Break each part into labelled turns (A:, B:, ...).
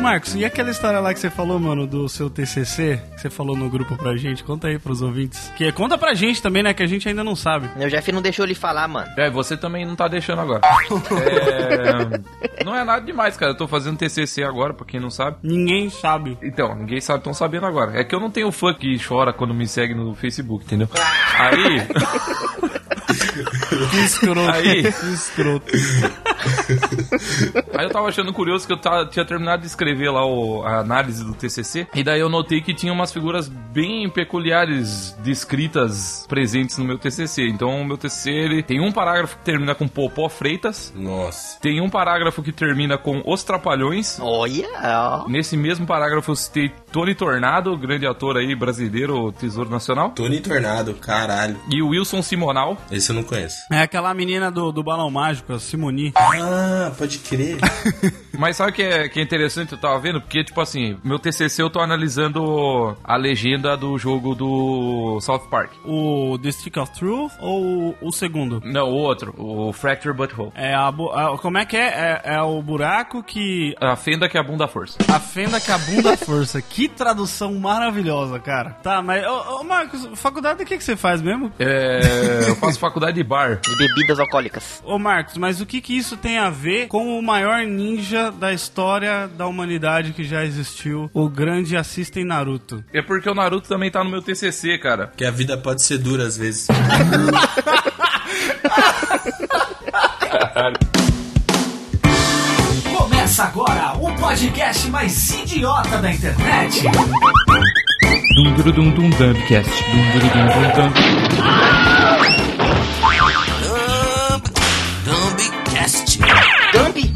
A: Marcos, e aquela história lá que você falou, mano, do seu TCC, que você falou no grupo pra gente? Conta aí pros ouvintes. Que conta pra gente também, né, que a gente ainda não sabe.
B: Meu Jeff não deixou ele falar, mano.
C: É, você também não tá deixando agora. É, não é nada demais, cara. Eu tô fazendo TCC agora, pra quem não sabe.
A: Ninguém sabe.
C: Então, ninguém sabe, estão sabendo agora. É que eu não tenho fã que chora quando me segue no Facebook, entendeu? Aí.
A: Que escroto.
C: Aí.
A: Que escroto.
C: Aí eu tava achando curioso que eu tava- tinha terminado de escrever lá o- a análise do TCC, e daí eu notei que tinha umas figuras bem peculiares descritas presentes no meu TCC. Então o meu TCC ele tem um parágrafo que termina com Popó Freitas,
D: Nossa.
C: tem um parágrafo que termina com Os Trapalhões.
B: Olha, ó.
C: Nesse mesmo parágrafo eu citei Tony Tornado, grande ator aí brasileiro, Tesouro Nacional,
D: Tony Tornado, caralho.
C: e o Wilson Simonal.
D: Esse eu não conheço.
A: É aquela menina do, do balão mágico, a Simoni.
D: Ah, pode crer.
C: Mas sabe o que é, que é interessante? Eu tava vendo, porque, tipo assim, meu TCC eu tô analisando a legenda do jogo do South Park.
A: O The Stick of Truth ou o, o segundo?
C: Não, o outro, o Fracture Butthole.
A: É a, bu- a- Como é que é? é? É o buraco que
C: A fenda que é a bunda força.
A: A fenda que a bunda força. Que tradução maravilhosa, cara. Tá, mas, ô, ô, Marcos, faculdade, o que, que você faz mesmo?
C: É, eu faço faculdade de bar.
B: De bebidas alcoólicas.
A: Ô, Marcos, mas o que, que isso tem a ver com o maior ninja da história da humanidade que já existiu, o grande Assistem Naruto?
C: É porque o Naruto também tá no meu TCC, cara.
D: que a vida pode ser dura às vezes.
E: Começa agora o podcast mais idiota da internet.
C: Dum dum dum dum dumbcast. Dum dum dum dum
B: Dumbi!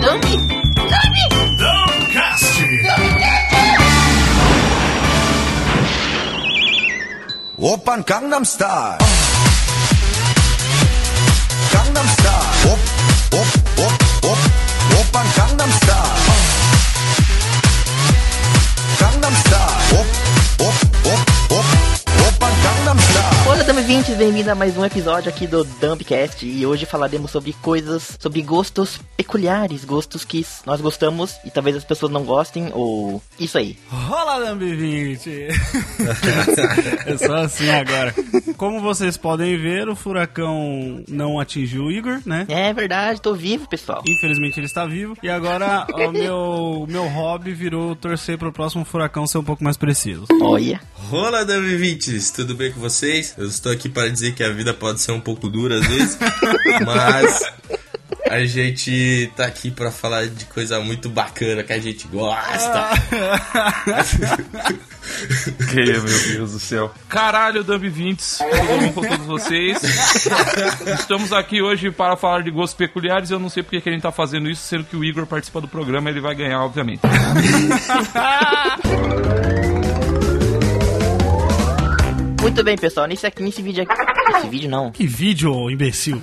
B: Dumbi!
F: Open Gangnam Style. Gangnam Style. Op, op, op, op. Open Gangnam Style. Gangnam Style. Op, op, op, op. Open Gangnam Style.
B: Olá, Dumb 20, bem-vindo a mais um episódio aqui do Dumbcast. E hoje falaremos sobre coisas, sobre gostos peculiares, gostos que nós gostamos e talvez as pessoas não gostem, ou. Isso aí.
A: Rola, Lambi 20! é só assim agora. Como vocês podem ver, o furacão não atingiu o Igor, né?
B: É verdade, tô vivo, pessoal.
A: Infelizmente ele está vivo. E agora o meu, o meu hobby virou torcer pro próximo furacão ser um pouco mais preciso.
B: Olha.
D: Rola, Davivites, tudo bem com vocês? Eu estou aqui para dizer que a vida pode ser um pouco dura às vezes, mas a gente tá aqui para falar de coisa muito bacana que a gente gosta.
C: Que, meu Deus do céu. Caralho, Dumb 20. Tudo bom com todos vocês? Estamos aqui hoje para falar de gostos peculiares. Eu não sei porque que a gente tá fazendo isso, sendo que o Igor participa do programa, ele vai ganhar, obviamente.
B: Muito bem, pessoal, nesse, aqui, nesse vídeo aqui. Nesse vídeo não.
A: Que vídeo, ô imbecil!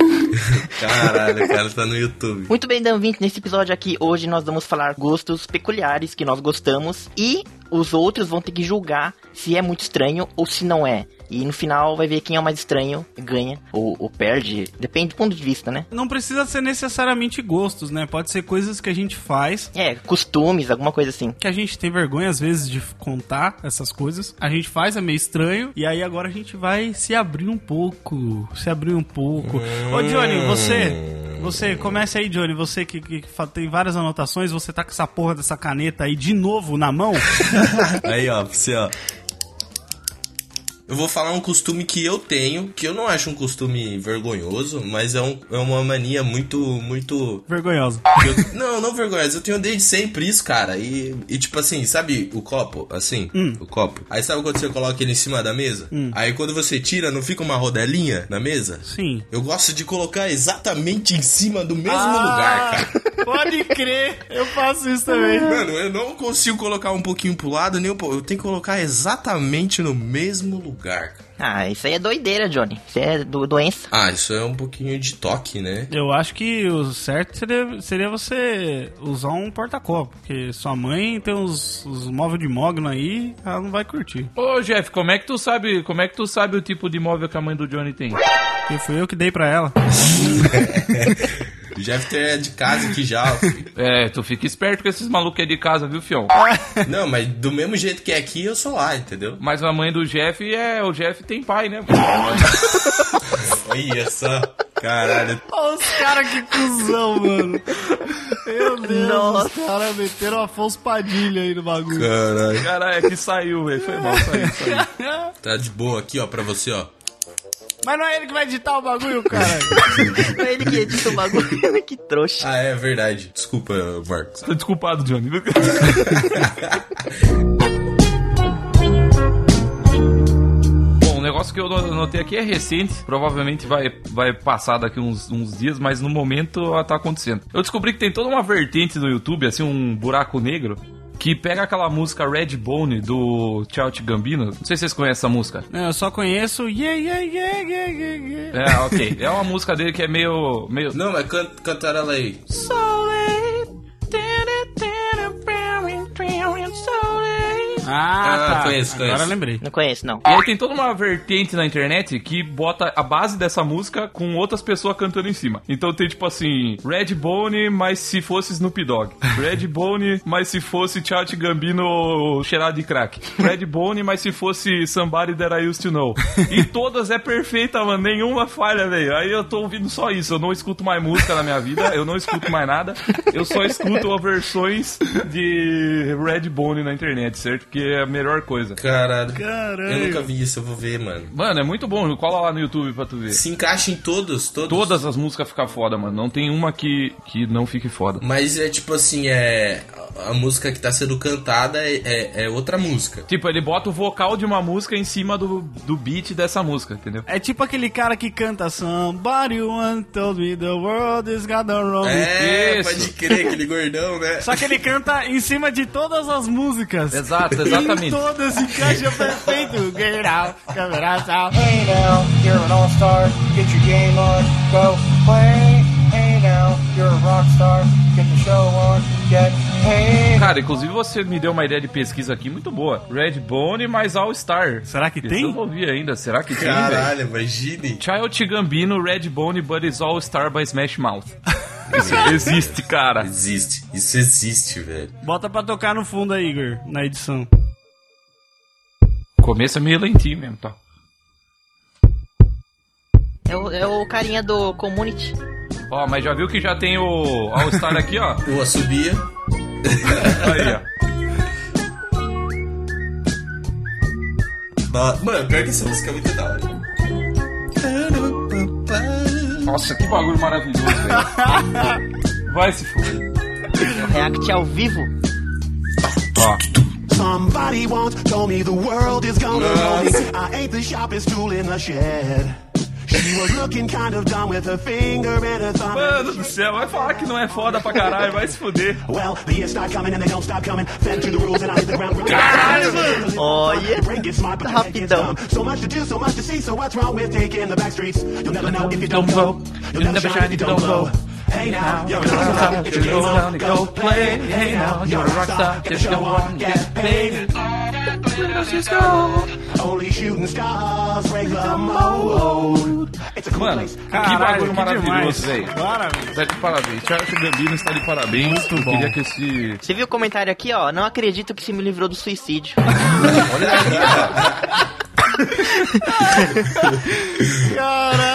D: Caralho, o cara tá no YouTube.
B: Muito bem, Dan 20, nesse episódio aqui hoje nós vamos falar gostos peculiares que nós gostamos e os outros vão ter que julgar se é muito estranho ou se não é. E no final vai ver quem é o mais estranho, ganha ou, ou perde, depende do ponto de vista, né?
A: Não precisa ser necessariamente gostos, né? Pode ser coisas que a gente faz.
B: É, costumes, alguma coisa assim.
A: Que a gente tem vergonha às vezes de contar essas coisas. A gente faz, é meio estranho. E aí agora a gente vai se abrir um pouco. Se abrir um pouco. Ô Johnny, você. Você, comece aí, Johnny. Você que, que fa- tem várias anotações, você tá com essa porra dessa caneta aí de novo na mão.
D: Aí, ó, pra você, ó. Eu vou falar um costume que eu tenho, que eu não acho um costume vergonhoso, mas é, um- é uma mania muito, muito
A: Vergonhosa.
D: Eu- não, não vergonhosa. Eu tenho desde sempre isso, cara. E, e tipo assim, sabe o copo? Assim, o copo. Aí sabe quando você coloca ele em cima da mesa? Aí quando você tira, não fica uma rodelinha na mesa?
A: Sim.
D: Eu gosto de colocar exatamente em cima do mesmo
A: Ah,
D: lugar, cara.
A: Pode crer, eu faço isso também.
D: Mano, eu não consigo colocar um pouquinho pro lado, nem um pouco. Eu tenho que colocar exatamente no mesmo lugar, cara.
B: Ah, isso aí é doideira, Johnny. Isso é do- doença.
D: Ah, isso é um pouquinho de toque, né?
A: Eu acho que o certo seria, seria você usar um porta-copo, porque sua mãe tem uns, uns móveis de mogno aí, ela não vai curtir.
C: Ô, Jeff, como é que tu sabe, como é que tu sabe o tipo de imóvel que a mãe do Johnny tem?
A: Porque fui eu que dei pra ela.
D: Jeffter é de casa aqui já. filho.
C: É, tu fica esperto com esses malucos aí de casa, viu, fião?
D: Não, mas do mesmo jeito que é aqui, eu sou lá, entendeu?
C: Mas a mãe do Jeff é. O Jeff tem pai, né?
D: Olha só. Caralho.
A: Olha os caras que cuzão, mano. Meu Deus,
B: Nossa.
A: os caras meteram o Afonso Padilha aí no bagulho.
D: Caralho.
C: Caralho, é que saiu, velho. Foi mal, saiu, saiu.
D: Tá de boa aqui, ó, pra você, ó.
A: Mas não é ele que vai editar o bagulho, cara.
B: Não é ele que edita o bagulho, que trouxa.
D: Ah, é verdade. Desculpa, Marcos.
C: Tô desculpado, Johnny. Bom, o negócio que eu anotei aqui é recente, provavelmente vai, vai passar daqui uns, uns dias, mas no momento ela tá acontecendo. Eu descobri que tem toda uma vertente no YouTube, assim, um buraco negro, que pega aquela música Red Bone do Charles Gambino. Não sei se vocês conhecem essa música.
A: Não, eu só conheço. Yeah, yeah, yeah, yeah, yeah, yeah.
C: É, ok. É uma música dele que é meio. meio...
D: Não, mas can cantar ela aí.
A: Ah,
D: Ah,
A: tá.
D: conheço,
A: Agora
D: conheço.
A: lembrei.
B: Não conheço, não.
C: E aí tem toda uma vertente na internet que bota a base dessa música com outras pessoas cantando em cima. Então tem tipo assim, Red Bone, mas se fosse Snoop Dogg. Red Bone, mas se fosse Charlie Gambino cheirado de crack. Red Bone, mas se fosse Somebody That I Used To Know. E todas é perfeita, mano. Nenhuma falha, velho. Aí eu tô ouvindo só isso. Eu não escuto mais música na minha vida. Eu não escuto mais nada. Eu só escuto versões de Red Bone na internet, certo? Porque é a melhor coisa.
D: Caralho. Eu nunca
A: Caralho.
D: vi isso, eu vou ver, mano.
C: Mano, é muito bom. Cola lá no YouTube pra tu ver.
D: Se encaixa em todos, todos.
C: Todas as músicas ficam foda, mano. Não tem uma que, que não fique foda.
D: Mas é tipo assim, é. a- A música que tá sendo cantada é, é- é outra música.
C: Tipo, ele bota o vocal de uma música em cima do, do beat dessa música, entendeu?
A: É tipo aquele cara que canta Somebody once told me the world is gonna roll.
D: É,
C: Isso.
D: pode crer, aquele gordão, né?
A: Só que ele canta em cima de todas as músicas.
C: Exato,
A: Em
C: exatamente.
A: todas encaixa perfeito. Get out, câmera out.
G: Hey now, you're an all star. Get your game on. Go play. Hey now, you're a rock star. Get the show on. Get paid.
C: Cara, inclusive você me deu uma ideia de pesquisa aqui muito boa. Red Bone mais All Star.
A: Será que
C: Isso
A: tem?
C: Eu não ouvi ainda. Será que é? tem, velho?
D: Caralho, imagine.
C: Child Gambino, Red Bone, Buddies All Star by Smash Mouth. Isso existe, cara.
D: Existe, isso existe, velho.
A: Bota pra tocar no fundo aí, Igor, na edição.
C: O começo é meio lentinho mesmo, tá?
B: É o, é o carinha do community.
C: Ó, mas já viu que já tem o All Star aqui, ó?
D: O Assobia.
C: Aí, ó.
D: da- Mano, pior que essa música é muito da hora.
C: Nossa, que bagulho maravilhoso, velho. Vai se fuder.
B: React ao vivo.
C: Ó.
H: Somebody once told me the world is gonna roll me. I ain't the sharpest tool in the shed. She was looking kind of dumb with her finger and her thumb.
C: Mano do céu, vai falar que não é foda pra caralho, vai se fuder.
H: Well, the years start coming and they don't stop coming. Fed to the rules and I hit the ground running.
B: Oh, yeah.
H: Brain gets smart, but the head gets
B: Rapidão.
H: dumb. So much to do, so much to see. So what's wrong with taking the back streets? You'll never know if you don't go. You'll never shine if you don't blow. Hey now, you're a rockstar. Get your game on, go play. Hey now, you're a rockstar. Get your show on, get paid. Only shooting stars break the mold. It's a cool
C: Mano,
H: place.
C: que bagulho maravilhoso, velho.
A: Para, velho.
C: Tá de parabéns. Charles Gambino está de parabéns. Muito Queria que esse.
B: Você viu o comentário aqui, ó? Não acredito que se me livrou do suicídio.
A: Cara.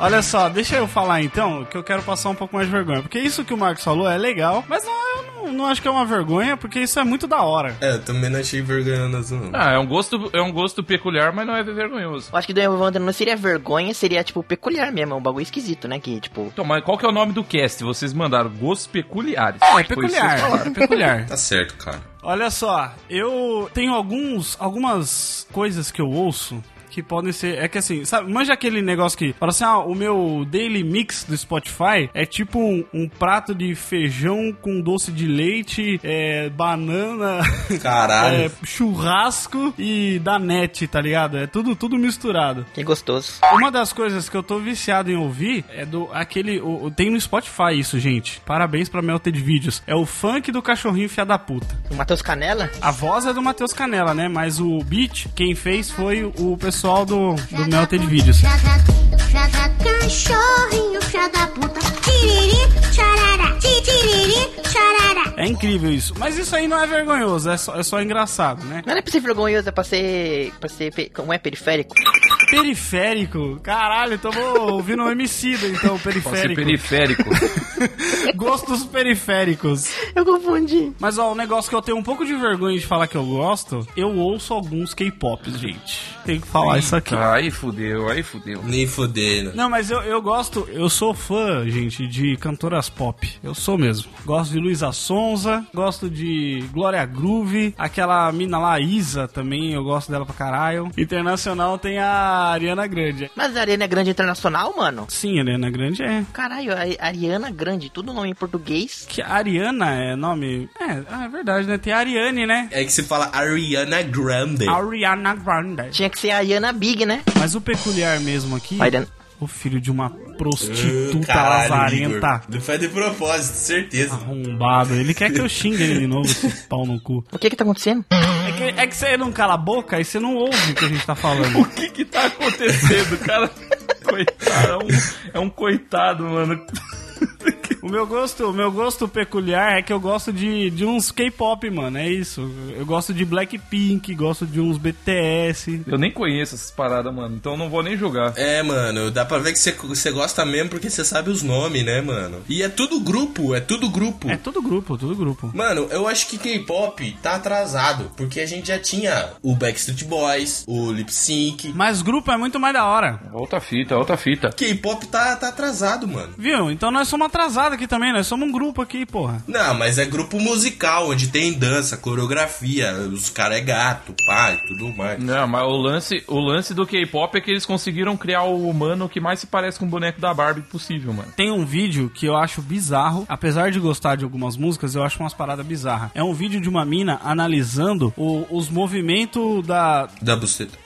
A: Olha só, deixa eu falar então, que eu quero passar um pouco mais de vergonha. Porque isso que o Marcos falou é legal, mas não, eu não, não acho que é uma vergonha, porque isso é muito da hora.
D: É, eu também não achei vergonha nas não.
C: Ah, é um gosto, é um gosto peculiar, mas não é vergonhoso.
B: Eu acho que do Evandro não seria vergonha, seria, tipo, peculiar mesmo. É um bagulho esquisito, né? Que, tipo...
C: Então, mas qual que é o nome do cast? Vocês mandaram gostos peculiares.
A: É
C: Foi tipo isso que vocês
A: peculiar, é
C: falaram.
A: peculiar.
D: Tá certo, cara.
A: Olha só, eu tenho alguns, algumas coisas que eu ouço que podem ser. É que assim, sabe, manja aquele negócio que fala assim: ah, o meu daily mix do Spotify é tipo um, um prato de feijão com doce de leite, é, banana.
D: Caralho.
A: é, churrasco e danete, tá ligado? É tudo, tudo misturado.
B: Que é gostoso.
A: Uma das coisas que eu tô viciado em ouvir é do aquele. o- o- tem no Spotify isso, gente. Parabéns pra Melted Vídeos. É o funk do cachorrinho fia da puta.
B: O Matheus Canela?
A: A voz é do Matheus Canela, né? Mas o beat, quem fez foi o, pessoal do, do Melted Videos.
I: Chada cachorrinho, chada puta, tiriri, charará, ti- tiriri, charará.
A: É incrível isso. Mas isso aí não é vergonhoso, é só, é só engraçado, né?
B: Não era pra ser vergonhoso, é pra ser. pra ser. pe- Como é periférico?
A: Periférico. Caralho, tamo ouvindo o MC então,
C: Pode ser
A: periférico.
C: periférico.
A: Gostos periféricos.
B: Eu confundi.
A: Mas ó, o negócio que eu tenho um pouco de vergonha de falar que eu gosto, eu ouço alguns K-pops, gente. Tem que falar isso aqui.
C: Tá, Aí fudeu, aí fudeu.
D: Nem fodendo.
A: Não, mas eu, eu gosto, eu sou fã, gente, de cantoras pop. Eu sou mesmo. Gosto de Luísa Sonza, gosto de Glória Groove, aquela mina lá, Isa, também, eu gosto dela pra caralho. Internacional tem a Ariana Grande.
B: Mas a Arena Grande Internacional, mano?
A: Sim, Ariana Grande é.
B: Caralho, a Ariana Grande, tudo nome em português.
A: Que Ariana é nome. É, ah, é verdade, né? Tem a Ariane, né?
D: É que se fala Ariana Grande.
C: Ah,
A: Ariana Grande.
B: Tinha que ser a Ariana Big, né?
A: Mas o peculiar mesmo aqui.
B: Ariana-
A: O filho de uma
D: Uh,
A: prostituta
D: Caralho, Igor.
A: tá lazarenta.
D: Ele Faz de propósito, certeza.
A: Arrombado. Ele quer que eu xingue ele de novo, esse pau no cu.
B: O que que tá acontecendo?
A: É que, é que você não cala a boca e você não ouve o que a gente tá falando.
C: O que que tá acontecendo, cara? Coitado, é um, é um coitado, mano.
A: O meu gosto, o meu gosto peculiar é que eu gosto de, de uns K-pop, mano. É isso. Eu gosto de Blackpink, gosto de uns BTS.
C: Eu nem conheço essas paradas, mano, então não vou nem julgar.
D: É, mano, dá pra ver que você- você gosta mesmo porque você sabe os nomes, né, mano? E é tudo grupo, é tudo grupo.
A: É todo grupo, todo grupo.
D: Mano, eu acho que K-pop tá atrasado, porque a gente já tinha o Backstreet Boys, o Lip Sync.
A: Mas grupo é muito mais da hora.
C: Outra fita, outra fita.
D: K-pop tá, tá atrasado, mano.
A: Viu? Então nós somos atrasados aqui também, nós somos um grupo aqui, porra.
D: Não, mas é grupo musical, onde tem dança, coreografia, os caras é gato, pai, tudo mais.
C: Não, mas o lance, o lance do K-pop é que eles conseguiram criar o humano que mais se parece com o boneco da Barbie possível, mano.
A: Tem um vídeo que eu acho bizarro, apesar de gostar de algumas músicas, eu acho umas paradas bizarras. É um vídeo de uma mina analisando o- os movimentos da.
D: Da buceta.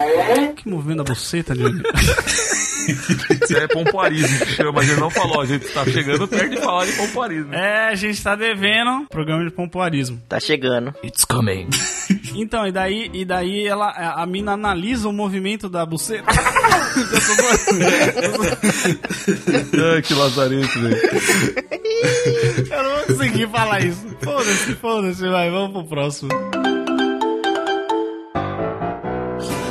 A: Que movimento da buceta, Diogo?
C: Isso é pompoarismo, entendeu? mas ele não falou, a gente tá chegando perto de falar de pompoarismo.
A: é, a gente tá devendo programa de pompoarismo.
B: Tá chegando.
C: It's coming.
A: Então, e daí, e daí ela, a a mina analisa o movimento da buceta. Eu tô zoando.
C: Ai, que lazarento, velho.
A: eu não vou conseguir falar isso. Foda-se, foda-se, vai, vamos pro próximo.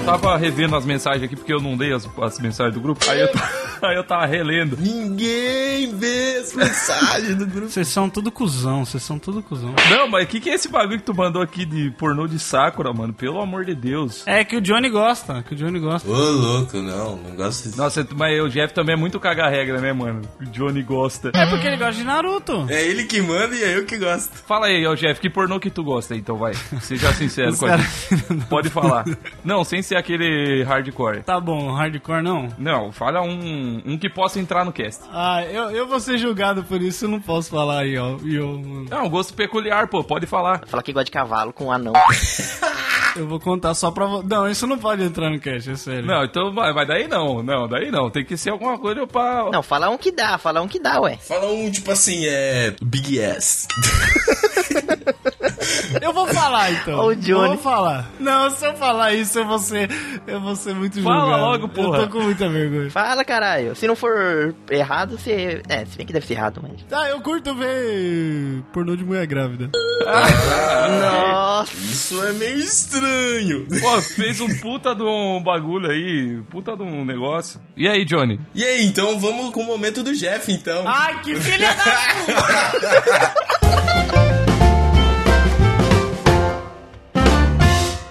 C: Tava revendo as mensagens aqui, porque eu não dei as, as mensagens do grupo, aí eu, ta- aí eu tava relendo.
D: Ninguém vê as mensagens do grupo.
A: Vocês são tudo cuzão, vocês são tudo cuzão.
C: Não, mas o que, que é esse bagulho que tu mandou aqui de pornô de Sakura, mano? Pelo amor de Deus.
A: É que o Johnny gosta, que o Johnny gosta.
D: Ô, louco, não, não gosto disso.
C: Nossa, mas o Jeff também é muito cagar regra, né, mano? O Johnny gosta.
A: É porque ele gosta de Naruto.
D: É ele que manda e é eu que gosto.
C: Fala aí, ó, Jeff, que pornô que tu gosta, então, vai. Seja sincero
A: Os
C: com a
A: caras-
C: gente. Pode falar. Não, sem ser aquele hardcore.
A: Tá bom, hardcore não.
C: Não, fala um, um que possa entrar no cast.
A: Ah, eu, eu vou ser julgado por isso, eu não posso falar aí, ó. E Eu, mano,
C: Não, um gosto peculiar, pô, pode falar.
B: Falar que gosta de cavalo com um anão.
A: eu vou contar só pra você. Não, isso não pode entrar no cast, é sério.
C: Não, então vai, vai daí não, não, daí não. Tem que ser alguma coisa pra.
B: Não, fala um que dá, fala um que dá, ué.
D: Fala um tipo assim, é. Big ass.
A: Eu vou falar então.
B: Ó o Johnny.
A: Eu vou falar. Não, se eu falar isso, eu vou ser, eu vou ser muito
C: Fala
A: julgado.
C: logo, porra.
A: Eu tô com muita vergonha.
B: Fala, caralho. Se não for errado, você. É, se bem que deve ser errado, mas.
A: Tá, eu curto ver pornô de mulher grávida.
B: Nossa!
D: Isso é meio estranho.
C: Pô, fez um puta de um bagulho aí, puta de um negócio. E aí, Johnny?
D: E aí, então vamos com o momento do Jeff, então.
A: Ai, que filha da...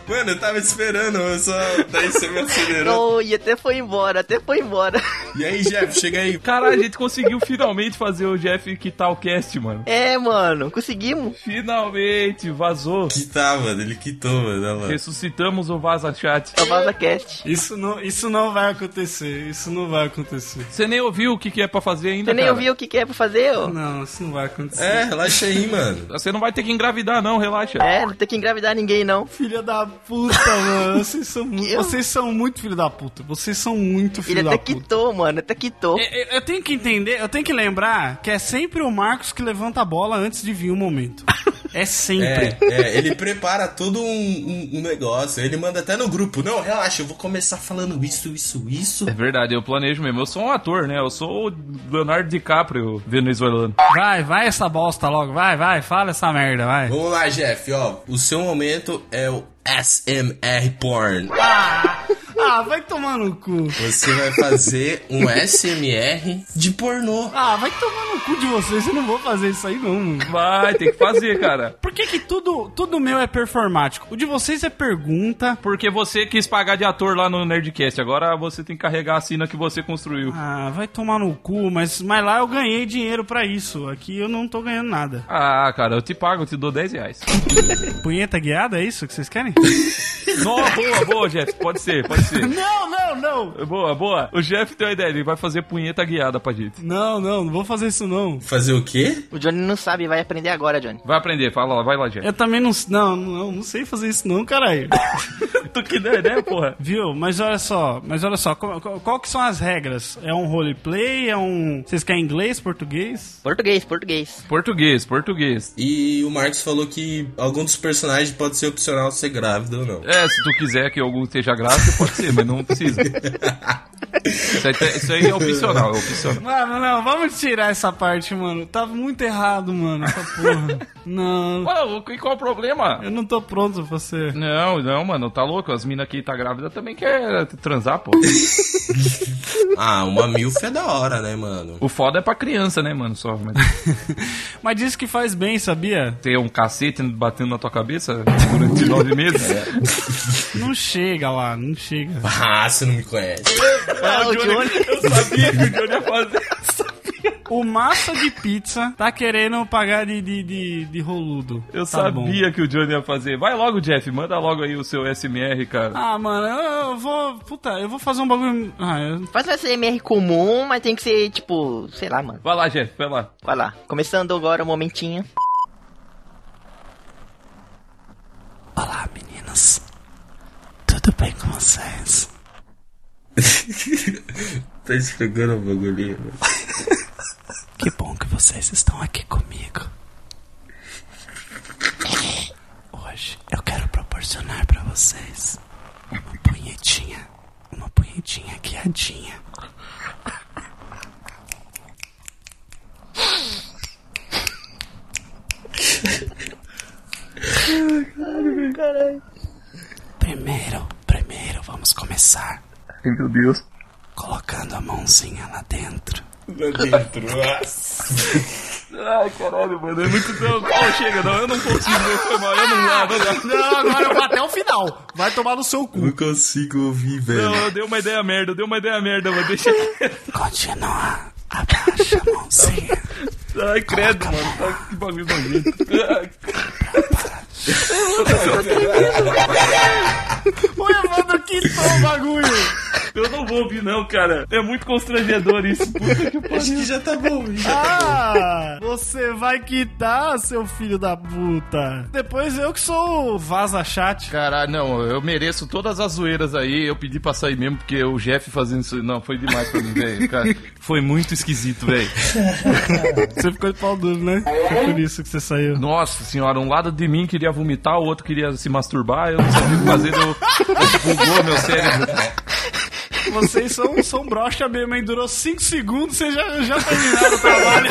D: Mano, eu tava esperando, eu só. Daí você me acelerou.
B: Oh, e até foi embora, até foi embora.
D: E aí, Jeff, chega aí.
C: Caralho, a gente conseguiu finalmente fazer o Jeff que tal cast, mano.
B: É, mano, conseguimos.
C: Finalmente, vazou.
D: Que tá, mano, ele quitou, mano. olha lá.
C: Ressuscitamos o Vaza Chat.
B: É o VazaCast.
A: Isso não, isso não vai acontecer, isso não vai acontecer.
C: Você nem ouviu o que, que é pra fazer ainda,
B: Você nem
C: cara.
B: ouviu o que, que é pra fazer, ô?
A: Não, isso não vai acontecer.
D: É, relaxa aí, mano.
C: Você não vai ter que engravidar, não, relaxa.
B: É, não tem que engravidar ninguém, não.
A: Filha da puta, mano. Vocês são, mu-
B: Eu?
A: vocês são muito filho da puta. Vocês são muito filho
B: Ele
A: da
B: até
A: puta.
B: quitou, mano, até quitou.
A: Eu, é, eu é tenho que entender, eu tenho que lembrar que é sempre o Marcos que levanta a bola antes de vir o momento. É sempre.
D: É, é, ele prepara todo um, um- um negócio. Ele manda até no grupo. Não, relaxa, eu vou começar falando isso, isso, isso.
C: É verdade, eu planejo mesmo. Eu sou um ator, né? Eu sou o Leonardo DiCaprio venezuelano.
A: Vai, vai essa bosta logo. Vai, vai, fala essa merda, vai.
D: Vamos lá, Jeff, ó. O seu momento é o SMR Porn.
A: Ah, vai tomar no cu.
D: Você vai fazer um SMR de pornô.
A: Ah, vai tomar no cu de vocês. Eu não vou fazer isso aí, não. mano.
C: Vai, tem que fazer, cara.
A: Por que que tudo, tudo meu é performático? O de vocês é pergunta.
C: Porque você quis pagar de ator lá no Nerdcast. Agora você tem que carregar a sina que você construiu.
A: Ah, vai tomar no cu, mas, mas lá eu ganhei dinheiro pra isso. Aqui eu não tô ganhando nada.
C: Ah, cara, eu te pago, eu te dou 10 reais.
A: Punheta guiada, é isso que vocês querem?
C: Nossa, boa, boa, Jeff. Pode ser, pode ser.
A: não, não, não.
C: Boa, boa. O Jeff tem uma ideia, ele vai fazer punheta guiada pra gente.
A: Não, não, não vou fazer isso, não.
D: Fazer o quê?
B: O Johnny não sabe, vai aprender agora, Johnny.
C: Vai aprender, fala lá, vai lá, Jeff.
A: Eu também não, não, não, não sei fazer isso, não, caralho.
C: tu que deu ideia, porra.
A: Viu? Mas olha só, mas olha só, qual, qual- qual que são as regras? É um roleplay? É um. Vocês querem inglês, português?
B: Português, português.
C: Português, português.
D: E o Marcos falou que algum dos personagens pode ser opcional ser grávido ou não.
C: É, se tu quiser que algum esteja grávido, pode ser, mas não precisa. Isso aí, tem- isso aí é opcional, é opcional.
A: Mano, não, vamos tirar essa parte, mano. Tá muito errado, mano, essa porra. não,
C: Ué, e qual o problema?
A: eu não tô pronto pra você.
C: Não, não, mano, tá louco. As minas que tá grávida também quer transar, pô.
D: Ah, uma milf é da hora, né, mano?
C: O foda é pra criança, né, mano? Só mas
A: Mas diz que faz bem, sabia?
C: ter um cacete batendo na tua cabeça durante nove meses.
A: Não chega lá, não chega.
D: Ah, você não me conhece.
B: Ah, o Johnny.
C: Eu sabia que o Johnny ia fazer.
A: O massa de pizza tá querendo pagar de, de, de, de roludo.
C: Eu
A: Tá bom.
C: sabia que o Johnny ia fazer. Vai logo, Jeff, manda logo aí o seu SMR, cara.
A: Ah, mano, eu eu vou. Puta, eu vou fazer um bagulho. Ah, eu...
B: Faz um SMR comum, mas tem que ser, tipo, sei lá, mano.
C: Vai lá, Jeff, vai lá.
B: Vai lá. Começando agora o momentinho.
A: Olá, meninas. Tudo bem com vocês?
D: Tá esfregando o bagulhinho. mano.
A: Que bom que vocês estão aqui comigo. Hoje eu quero proporcionar pra vocês uma punhetinha, uma punhetinha guiadinha. Primeiro, primeiro vamos começar. Meu Deus. Colocando a mãozinha lá dentro.
D: Lá dentro. Ah,
C: Ai, caralho, mano, é muito... Não, não, chega, não, eu não consigo, meu, foi mal, eu não dá, não dá.
A: Não, agora eu vou até o final. Vai tomar no seu cu.
D: não consigo ouvir, velho.
C: Não, eu dei uma ideia merda, eu dei uma ideia merda, mano, deixa...
A: Continua. Abaixa a mãozinha.
C: Ai, credo, mano, tá que bagulho nojento.
A: Ô, Evandro, quitou o bagulho.
C: Eu não vou ouvir, não, cara. É muito constrangedor isso. Puta que pariu.
D: Acho que já tá bom. Já.
A: Ah, você vai quitar, seu filho da puta. Depois eu que sou o vaza-chat.
C: Caralho, não, eu mereço todas as zoeiras aí. Eu pedi pra sair mesmo, porque o Jeff fazendo isso. Não, foi demais pra mim, velho. Cara, foi muito esquisito, velho.
A: Você ficou de pau duro, né? Foi por isso que você saiu.
C: Nossa senhora, um lado de mim queria vomitar, o outro queria se masturbar. Eu não sabia o que fazer, eu, eu bugou meu cérebro.
A: Vocês são, são broxa mesmo, hein? Durou 5 segundos, vocês já, já terminaram o trabalho.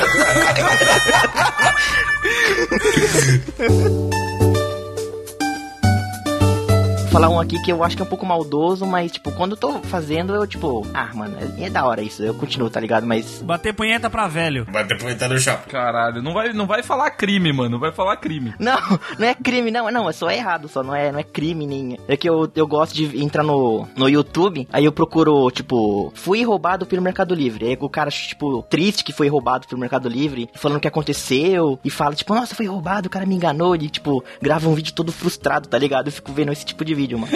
B: Vou falar um aqui que eu acho que é um pouco maldoso, mas, tipo, quando eu tô fazendo, eu, tipo, ah, mano, é, é da hora isso. Eu continuo, tá ligado? Mas.
A: Bater punheta pra velho.
D: Vai depois tá no chapéu.
C: Caralho, não vai, não vai falar crime, mano. Vai falar crime.
B: Não, não é crime, não, não, é só errado, só não é, não é crime nem. É que eu, eu gosto de entrar no, no YouTube, aí eu procuro, tipo, fui roubado pelo Mercado Livre. Aí o cara, tipo, triste que foi roubado pelo Mercado Livre, falando o que aconteceu, e fala, tipo, nossa, foi roubado, o cara me enganou, e, tipo, grava um vídeo todo frustrado, tá ligado? Eu fico vendo esse tipo de vídeo. vídeo, mano.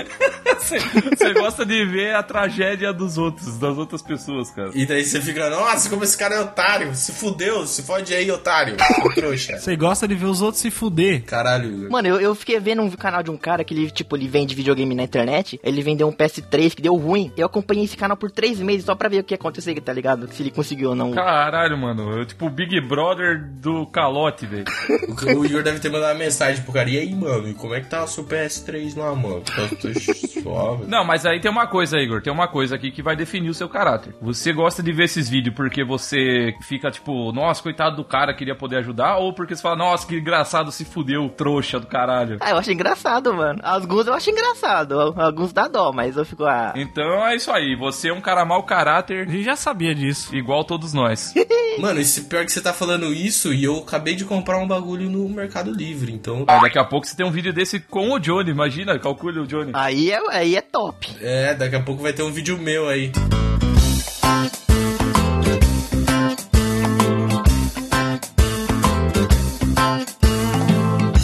C: Você você gosta de ver a tragédia dos outros, das outras pessoas, cara.
D: E daí você fica, nossa, como esse cara é otário. Se fudeu, se fode aí, otário. Ô, Trouxa.
A: Você gosta de ver os outros se fuder.
D: Caralho, Igor.
B: Mano, eu, eu fiquei vendo um canal de um cara que ele, tipo, ele vende videogame na internet. Ele vendeu um PS3 que deu ruim. Eu acompanhei esse canal por três meses só pra ver o que ia acontecer, tá ligado? Se ele conseguiu ou não.
C: Caralho, mano. Eu, tipo o Big Brother do calote, velho.
D: O, o Igor deve ter mandado uma mensagem pro cara. E aí, mano, como é que tá o seu PS3 lá, mano? Tá, tá suave.
C: Não, mas aí tem uma coisa, Igor. Tem uma coisa aqui que vai definir o seu caráter. Você gosta de ver esses vídeos porque você fica tipo, nossa, coitado do cara, queria poder ajudar? Ou porque você fala, nossa, que engraçado, se fudeu, trouxa do caralho?
B: Ah, eu acho engraçado, mano. Alguns eu acho engraçado, alguns dá dó, mas eu fico, ah.
C: Então é isso aí. Você é um cara mau
A: A
C: caráter,
A: gente já sabia disso.
C: igual todos nós.
D: Mano, esse pior que você tá falando isso e eu acabei de comprar um bagulho no Mercado Livre, então.
C: Aí daqui a pouco você tem um vídeo desse com o Johnny, imagina, calcule o Johnny.
B: Aí é, aí é top.
D: É, daqui a pouco vai ter um vídeo meu aí.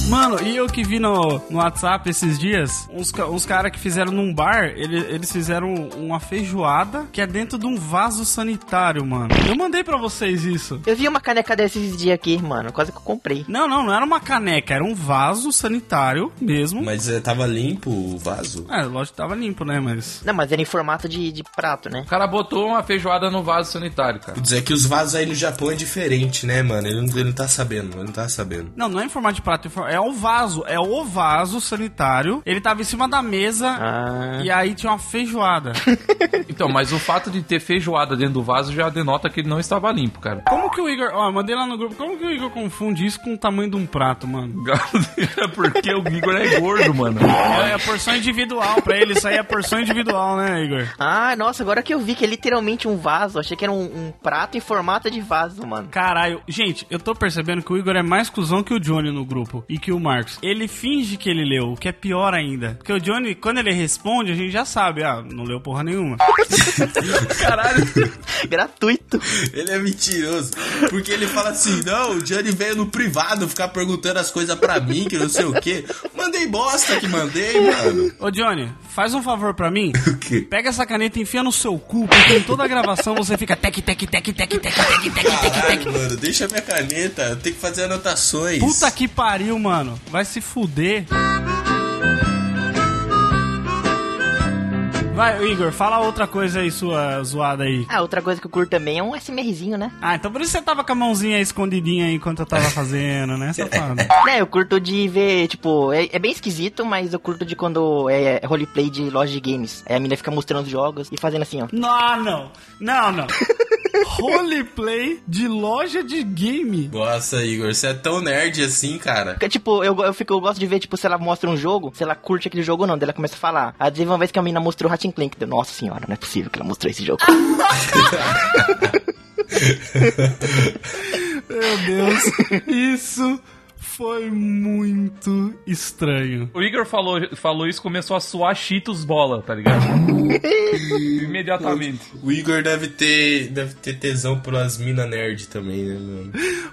A: Mano, e eu que vi no, no WhatsApp esses dias, uns, ca- uns caras que fizeram num bar, ele- eles fizeram uma feijoada que é dentro de um vaso sanitário, mano. Eu mandei pra vocês isso.
B: Eu vi uma caneca desses dias aqui, mano. Quase que eu comprei.
A: Não, não, não era uma caneca, era um vaso sanitário mesmo.
D: Mas é, tava limpo o vaso?
A: É, lógico que tava limpo, né? Mas.
B: Não, mas era em formato de, de prato, né?
C: O cara botou uma feijoada no vaso sanitário, cara.
D: Dizer é que os vasos aí no Japão é diferente, né, mano? Ele não, ele não tá sabendo, ele não tá sabendo.
A: Não, não é em formato de prato, é em for- é o vaso, é o vaso sanitário. Ele tava em cima da mesa
B: Ah.
A: e aí tinha uma feijoada.
C: Então, mas o fato de ter feijoada dentro do vaso já denota que ele não estava limpo, cara.
A: Como que o Igor. Ó, mandei lá no grupo, como que o Igor confunde isso com o tamanho de um prato, mano?
C: É porque o Igor é gordo, mano.
A: É, é porção individual pra ele, isso aí é porção individual, né, Igor?
B: Ah, nossa, agora que eu vi que é literalmente um vaso. Achei que era um, um prato em formato de vaso, mano.
A: Caralho, gente, eu tô percebendo que o Igor é mais cuzão que o Johnny no grupo e que o Marcos. Ele finge que ele leu, o que é pior ainda. Porque o Johnny, quando ele responde, a gente já sabe, ah, não leu porra nenhuma.
C: Caralho.
B: Gratuito.
D: Ele é mentiroso. Porque ele fala assim: não, o Johnny veio no privado ficar perguntando as coisas pra mim, que não sei o quê. Mandei bosta que mandei, mano.
A: Ô Johnny, faz um favor pra mim.
D: O quê?
A: Pega essa caneta e enfia no seu cu, porque em toda a gravação você fica tec, tec, tec, tec, tec, tec, tec, tec, tec, tec.
D: Caralho, mano, deixa minha caneta, eu tenho que fazer anotações.
A: Puta que pariu, mano. Vai se fuder. Vai, Igor, fala outra coisa aí, sua zoada aí.
B: Ah, outra coisa que eu curto também é um SMRzinho, né?
A: Ah, então por isso você tava com a mãozinha aí escondidinha aí enquanto eu tava fazendo, né, safado?
B: Né, eu curto de ver, tipo, é, é bem esquisito, mas eu curto de quando é, é roleplay de loja de games. Aí a mina fica mostrando os jogos e fazendo assim, ó.
A: Não, não. Não, não. Roleplay de loja de game.
D: Nossa, Igor, você é tão nerd assim, cara.
B: Porque, tipo, eu, go- eu, fico, eu gosto de ver, tipo, se ela mostra um jogo, se ela curte aquele jogo ou não. Daí ela começa a falar. Aí teve uma vez que a mina mostrou Ratchet Clank. Deu, Nossa senhora, não é possível que ela mostrou esse jogo.
A: Meu Deus, isso foi muito estranho.
C: O Igor falou, falou isso, começou a suar Cheetos bola, tá ligado? Imediatamente.
D: O Igor deve ter, deve ter tesão pelas mina nerd também, né, mano?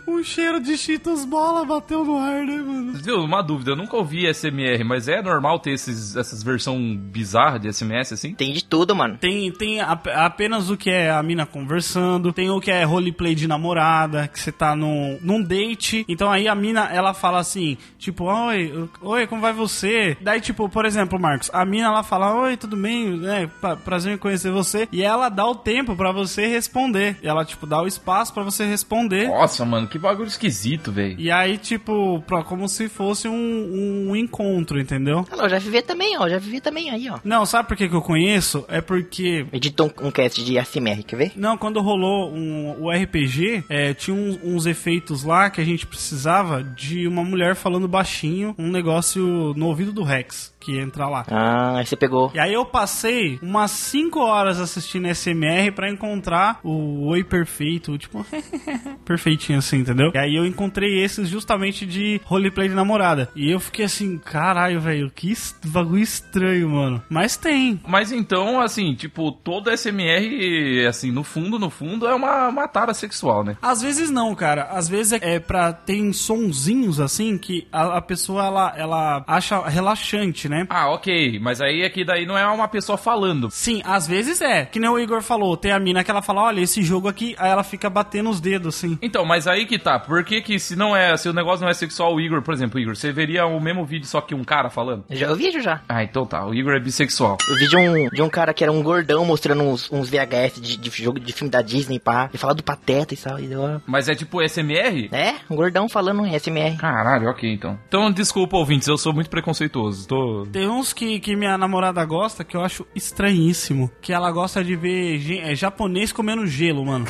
A: Um cheiro de Cheetos bola bateu no ar, né, mano?
C: Viu, uma dúvida, eu nunca ouvi SMR, mas é normal ter esses, essas versão bizarra de SMS assim?
B: Tem de tudo, mano.
A: Tem, tem ap- apenas o que é a mina conversando, tem o que é roleplay de namorada, que você tá num, num date, então aí a mina, ela fala assim, tipo, oi, eu- oi, como vai você? Daí, tipo, por exemplo, Marcos, a mina, ela fala, oi, tudo bem, né, pra- prazer em conhecer você, e ela dá o tempo pra você responder, e ela, tipo, dá o espaço pra você responder.
C: Nossa, mano, que bagulho esquisito, velho.
A: E aí, tipo, pra- como se fosse um, um encontro, entendeu?
B: Ela, eu já vivi também, ó. Já vivi também aí, ó.
A: Não, sabe por que, que eu conheço? É porque
B: Editou um, um cast de SMR, quer ver?
A: Não, quando rolou um- o RPG, é, tinha uns, uns efeitos lá que a gente precisava de uma mulher falando baixinho, um negócio no ouvido do Rex, que ia entrar lá.
B: Ah, aí você pegou.
A: E aí eu passei umas 5 horas assistindo SMR pra encontrar o Oi Perfeito, tipo, perfeitinho assim, entendeu? E aí eu encontrei esses justamente de roleplay de namorada. E eu fiquei assim, caralho, velho, que est- bagulho estranho, mano. Mas tem,
C: Mas então, assim, tipo, todo SMR, assim, no fundo, no fundo, é uma, uma tara sexual, né?
A: Às vezes não, cara. Às vezes é, é pra. Tem sonzinhos assim que a, a pessoa ela, ela acha relaxante, né?
C: Ah, ok. Mas aí é que daí não é uma pessoa falando.
A: Sim, às vezes é. Que nem o Igor falou, tem a mina que ela fala, olha, esse jogo aqui, aí ela fica batendo os dedos, assim.
C: Então, mas aí que tá. Por que que se não é, se o negócio não é sexual, o Igor, por exemplo, Igor, você veria o mesmo vídeo só que um cara falando?
B: Já eu vi já.
C: Ah, então tá. O Igor é bissexual.
B: Eu vi de um, de um cara que era um gordão mostrando uns, uns VHS de, de jogo de filme da Disney, pá. Ele falava do Pateta e tal. E deu uma-
C: Mas é tipo SMR?
B: É, um gordão falando um SMR.
C: Caralho, ok então. Então, desculpa, ouvintes, eu sou muito preconceituoso. Tô.
A: Tem uns que, que minha namorada gosta que eu acho estranhíssimo. Que ela gosta de ver gen- é, japonês comendo gelo, mano.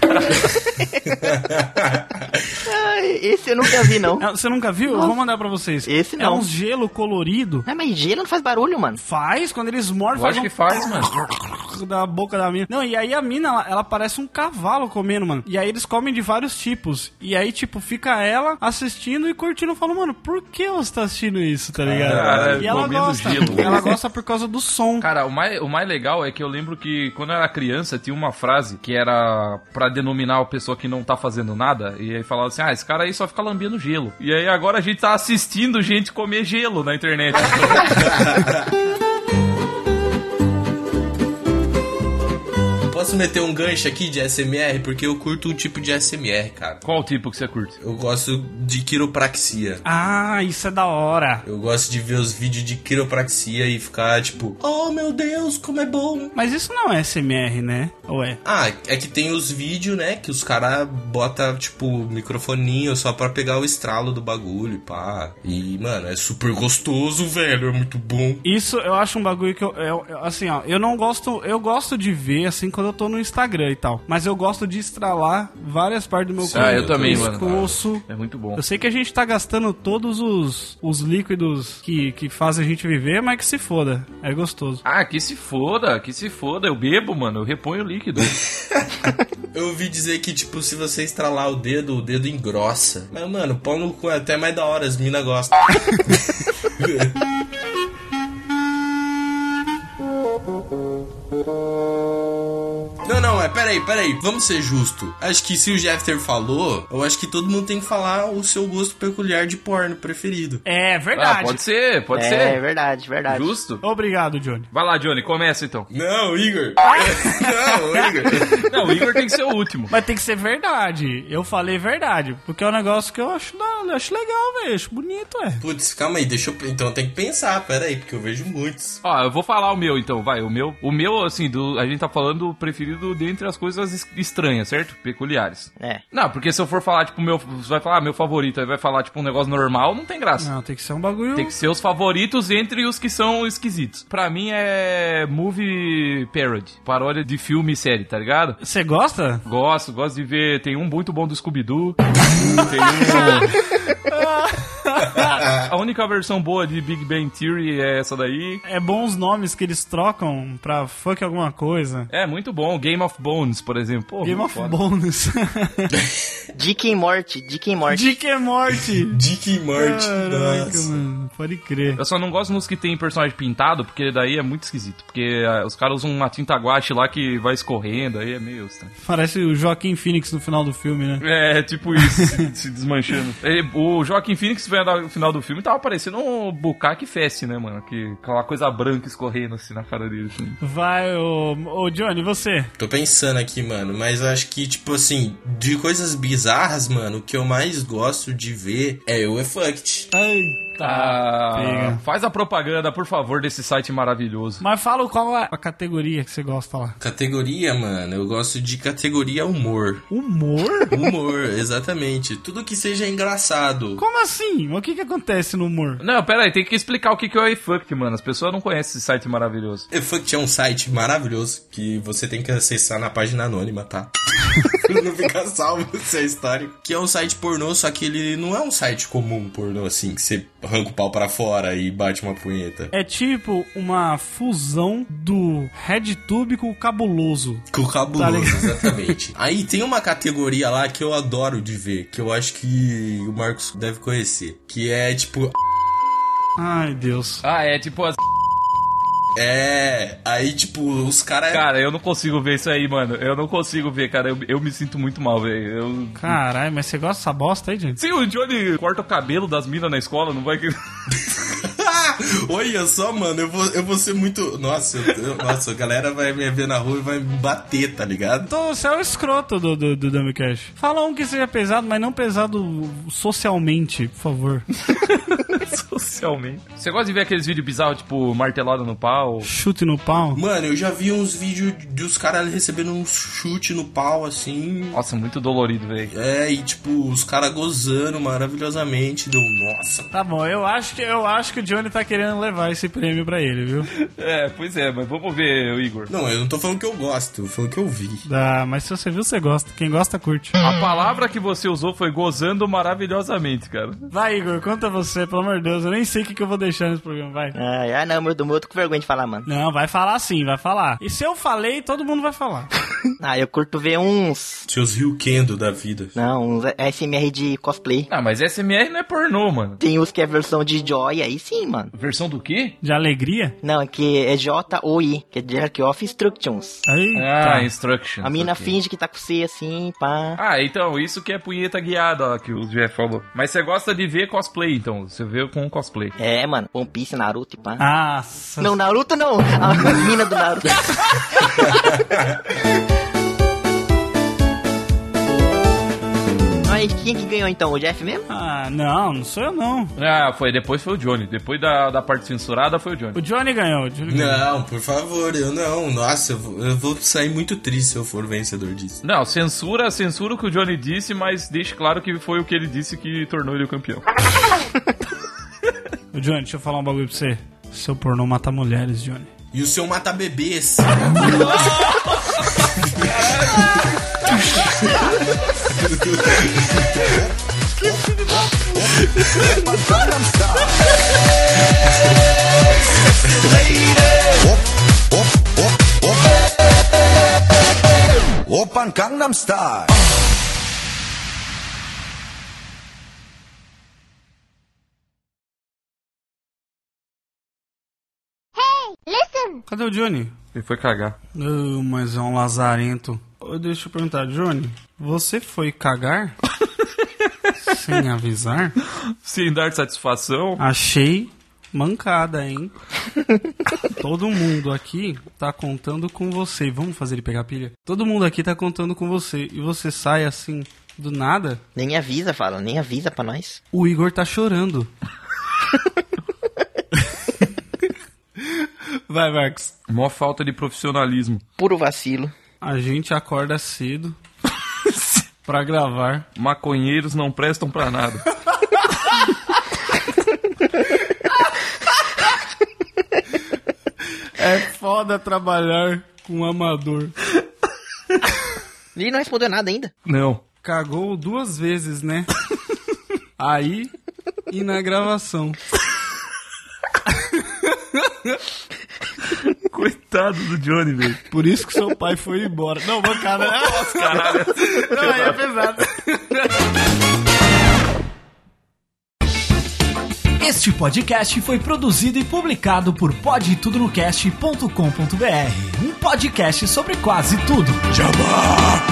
B: Ai, esse eu nunca vi, não.
A: Ah, Você nunca viu? Eu vou mandar pra vocês.
B: Esse
A: É
B: não.
A: um gelo colorido.
B: Ah, mas gelo não faz barulho, mano.
A: Faz, quando eles mordem,
C: Eu acho
A: um
C: que faz, mano.
A: da boca da mina. Não, e aí a mina, ela, ela parece um cavalo comendo, mano. E aí eles comem de vários tipos. E aí, tipo, fica ela assistindo e curtindo. Eu falo, mano, por que você tá assistindo isso, tá ligado?
C: Caralho,
A: e ela
C: comendo
A: gosta.
C: gelo.
A: Ela gosta por causa do som.
C: Cara, o mais, o mais legal é que eu lembro que quando eu era criança tinha uma frase que era pra denominar a pessoa que não tá fazendo nada. E aí falava assim: ah, esse cara aí só fica lambendo gelo. E aí agora a gente tá assistindo gente comer gelo na internet.
D: Posso meter um gancho aqui de SMR? Porque eu curto o tipo de SMR, cara.
C: Qual o tipo que você curte?
D: Eu gosto de quiropraxia.
A: Ah, isso é da hora.
D: Eu gosto de ver os vídeos de quiropraxia e ficar tipo, oh meu Deus, como é bom.
A: Mas isso não é SMR, né? Ou é?
D: Ah, é que tem os vídeos, né? Que os caras bota tipo, microfoninho só pra pegar o estralo do bagulho e pá. E, mano, é super gostoso, velho. É muito bom.
A: Isso eu acho um bagulho que eu, eu- eu- assim, ó, eu não gosto, eu gosto de ver assim quando eu tô no Instagram e tal, mas eu gosto de estralar várias partes do meu
C: Ah, eu também, mano.
A: pescoço.
C: É muito bom.
A: Eu sei que a gente tá gastando todos os, os líquidos que, que fazem a gente viver, mas que se foda. É gostoso.
C: Ah, que se foda, que se foda. Eu bebo, mano. Eu reponho o líquido.
D: Eu ouvi dizer que, tipo, se você estralar o dedo, o dedo engrossa. Mas, mano, pau no cu é até mais da hora, as minas gostam. Não, não, mas peraí, peraí, vamos ser justo. Acho que se o Jeffter falou, eu acho que todo mundo tem que falar o seu gosto peculiar de porno preferido.
A: É
C: ah,
A: verdade.
C: pode ser, pode
B: é,
C: ser.
B: verdade, verdade.
C: Justo.
A: Obrigado, Johnny.
C: Vai lá, Johnny, começa então.
D: Não, Igor. não, Igor.
C: Não, o Igor tem que ser o último.
A: Mas tem que ser verdade. Eu falei verdade. Porque é um negócio que eu acho, da- eu acho legal, velho. Acho bonito, é.
D: Putz, calma aí, deixa eu... Então tem que pensar, peraí, porque eu vejo muitos.
C: Ó, eu vou falar o meu então, vai. O meu, o meu assim, do, a gente tá falando o preferido dentre as coisas es- estranhas, certo? Peculiares.
B: É.
C: Não, porque se eu for falar, tipo, meu. Você vai falar ah, meu favorito, aí vai falar, tipo, um negócio normal, não tem graça.
A: Não, tem que ser um bagulho.
C: Tem que ser os favoritos entre os que são esquisitos. Pra mim é movie parody, paródia de filme e série, tá ligado?
A: Você gosta?
C: Gosto, gosto de ver. Tem um muito bom do Scooby-Doo. tem um. A única versão boa de Big Bang Theory é essa daí.
A: É bom os nomes que eles trocam pra fuck alguma coisa.
C: É, muito bom. Game of Bones, por exemplo. Pô,
A: Game
C: muito
A: of
C: foda.
A: Bones.
B: Dica em morte, dica em morte.
A: Dick é morte.
D: Dick e Morty,
A: Caraca,
D: nossa.
A: mano. Pode crer.
C: Eu só não gosto nos que tem personagem pintado, porque daí é muito esquisito. Porque ah, os caras usam uma tinta guache lá que vai escorrendo, aí é meio estranho.
A: Parece o Joaquim Phoenix no final do filme, né?
C: É, tipo isso, se- se desmanchando. E o Joaquim Phoenix, no final do filme, tava parecendo um Bukaki Fest, né, mano? Que, aquela coisa branca escorrendo assim na cara dele. assim.
A: Vai, ô, ô Johnny, você.
D: Tô pensando aqui, mano, mas acho que, tipo assim, de coisas bizarras, mano, o que eu mais gosto de ver é o Efucked.
A: Eita.
C: Ah,
A: pega.
C: faz a propaganda, por favor, desse site maravilhoso.
A: Mas fala qual é a categoria que você gosta lá.
D: Categoria, mano, eu gosto de categoria humor.
A: Humor?
D: Humor, exatamente. Tudo que seja engraçado.
A: Como assim? Mas O que que acontece no humor?
C: Não, pera aí, tem que explicar o que que é o iFucked, mano. As pessoas não conhecem esse site maravilhoso.
D: Efucked é um site maravilhoso que você tem que acessar na página anônima, tá? não fica salvo se é histórico. Que é um site pornô, só que ele não é um site comum pornô, assim, que você arranca o pau pra fora e bate uma punheta.
A: É tipo uma fusão do RedTube com o Cabuloso.
D: Com o
A: Tá
D: cabuloso,
A: ligado?
D: exatamente. Aí tem uma categoria lá que eu adoro de ver, que eu acho que o Marcos deve conhecer. Que é tipo.
A: Ai, Deus.
C: Ah, é tipo as...
D: É. Aí, tipo, os caras.
C: Cara, eu não consigo ver isso aí, mano. Eu não consigo ver, cara. Eu, eu me sinto muito mal, velho. Eu...
A: Caralho, mas você gosta dessa bosta aí, gente?
C: Se o Johnny corta o cabelo das minas na escola, não vai que.
D: "Ah, Olha só, mano, eu vou, eu vou ser muito. Nossa, eu- eu- nossa, a galera vai me ver na rua e vai me bater, tá ligado?
A: Então, você é o escroto do, do, do Dumbcast. Fala um que seja pesado, mas não pesado socialmente, por favor.
C: Socialmente. Você gosta de ver aqueles vídeos bizarros, tipo, martelada no pau?
A: Chute no pau.
D: Mano, eu já vi uns vídeos de os caras recebendo um chute no pau assim.
C: Nossa, muito dolorido, velho.
D: É, e tipo, os caras gozando maravilhosamente. Deu, nossa.
A: Tá bom, eu acho que eu acho que o Johnny tá querendo levar esse prêmio pra ele, viu?
C: É, pois é, mas vamos ver, o Igor.
D: Não, eu não tô falando que eu gosto, eu tô falando que eu vi.
A: Ah, mas se você viu, você gosta. Quem gosta, curte.
C: A palavra que você usou foi gozando maravilhosamente, cara.
A: Vai, Igor, conta você, pelo amor de Deus. Eu nem sei o que, que eu vou deixar nesse programa, vai.
B: Ai, ah, não, meu do meu, tô com vergonha de falar, mano.
A: Não, vai falar sim, vai falar. E se eu falei, todo mundo vai falar.
B: Ah, eu curto ver uns.
D: Seus Rio Kendo da vida.
B: Não, uns SMR de cosplay.
C: Ah, mas SMR não é pornô, mano.
B: Tem uns que é versão de Joy, aí sim, mano.
C: Versão do quê?
A: De alegria?
B: Não, é que é J-O-I, que é Jerk Off Instructions.
A: Eita.
C: Ah, instruction.
B: A mina finge que tá com C assim, pá.
C: Ah, então, isso que é punheta guiada ó, que o Jeff falou. Mas você gosta de ver cosplay, então. Você vê com cosplay.
B: É, mano, One Piece, Naruto e pá.
A: Nossa.
B: Não, Naruto não! A mina do Naruto. Aí, quem que ganhou então? O Jeff mesmo?
A: Ah, não, não sou eu não.
C: Ah, foi. Depois foi o Johnny. Depois da, da parte censurada foi o Johnny.
A: O Johnny ganhou, o Johnny ganhou.
D: Não, por favor, eu não. Nossa, eu vou, eu vou sair muito triste se eu for vencedor disso.
C: Não, censura, censura o que o Johnny disse, mas deixe claro que foi o que ele disse que tornou ele o campeão.
A: O Johnny, deixa eu falar um bagulho pra você. Seu pornô mata mulheres, Johnny.
D: E o seu mata bebês.
F: Opern Gangnam Style.
I: Hey, listen.
A: Cadê o Johnny?
C: Ele foi cagar.
A: Oh, mas é um lazarento. Ô, Deixa eu perguntar, Johnny, você foi cagar? Sem avisar?
C: Sem dar satisfação.
A: Achei mancada, hein? Todo mundo aqui tá contando com você. Vamos fazer ele pegar a pilha? Todo mundo aqui tá contando com você. E você sai assim, do nada,
B: Nem avisa, fala, nem avisa pra nós.
A: o Igor tá chorando. Vai, Marcos.
C: Mó falta de profissionalismo.
B: Puro vacilo.
A: A gente acorda cedo pra gravar.
C: Maconheiros não prestam pra nada.
A: É foda trabalhar com um amador.
B: Ele não respondeu nada ainda.
C: Não.
A: Cagou duas vezes, né? Aí e na gravação.
C: Coitado do Johnny, velho.
A: Por isso que seu pai foi embora. Não, bancada.
C: Caralho.
A: Não, aí é pesado.
E: Este podcast foi produzido e publicado por podtudonocast.com.br, um podcast sobre quase tudo.
F: Jabba!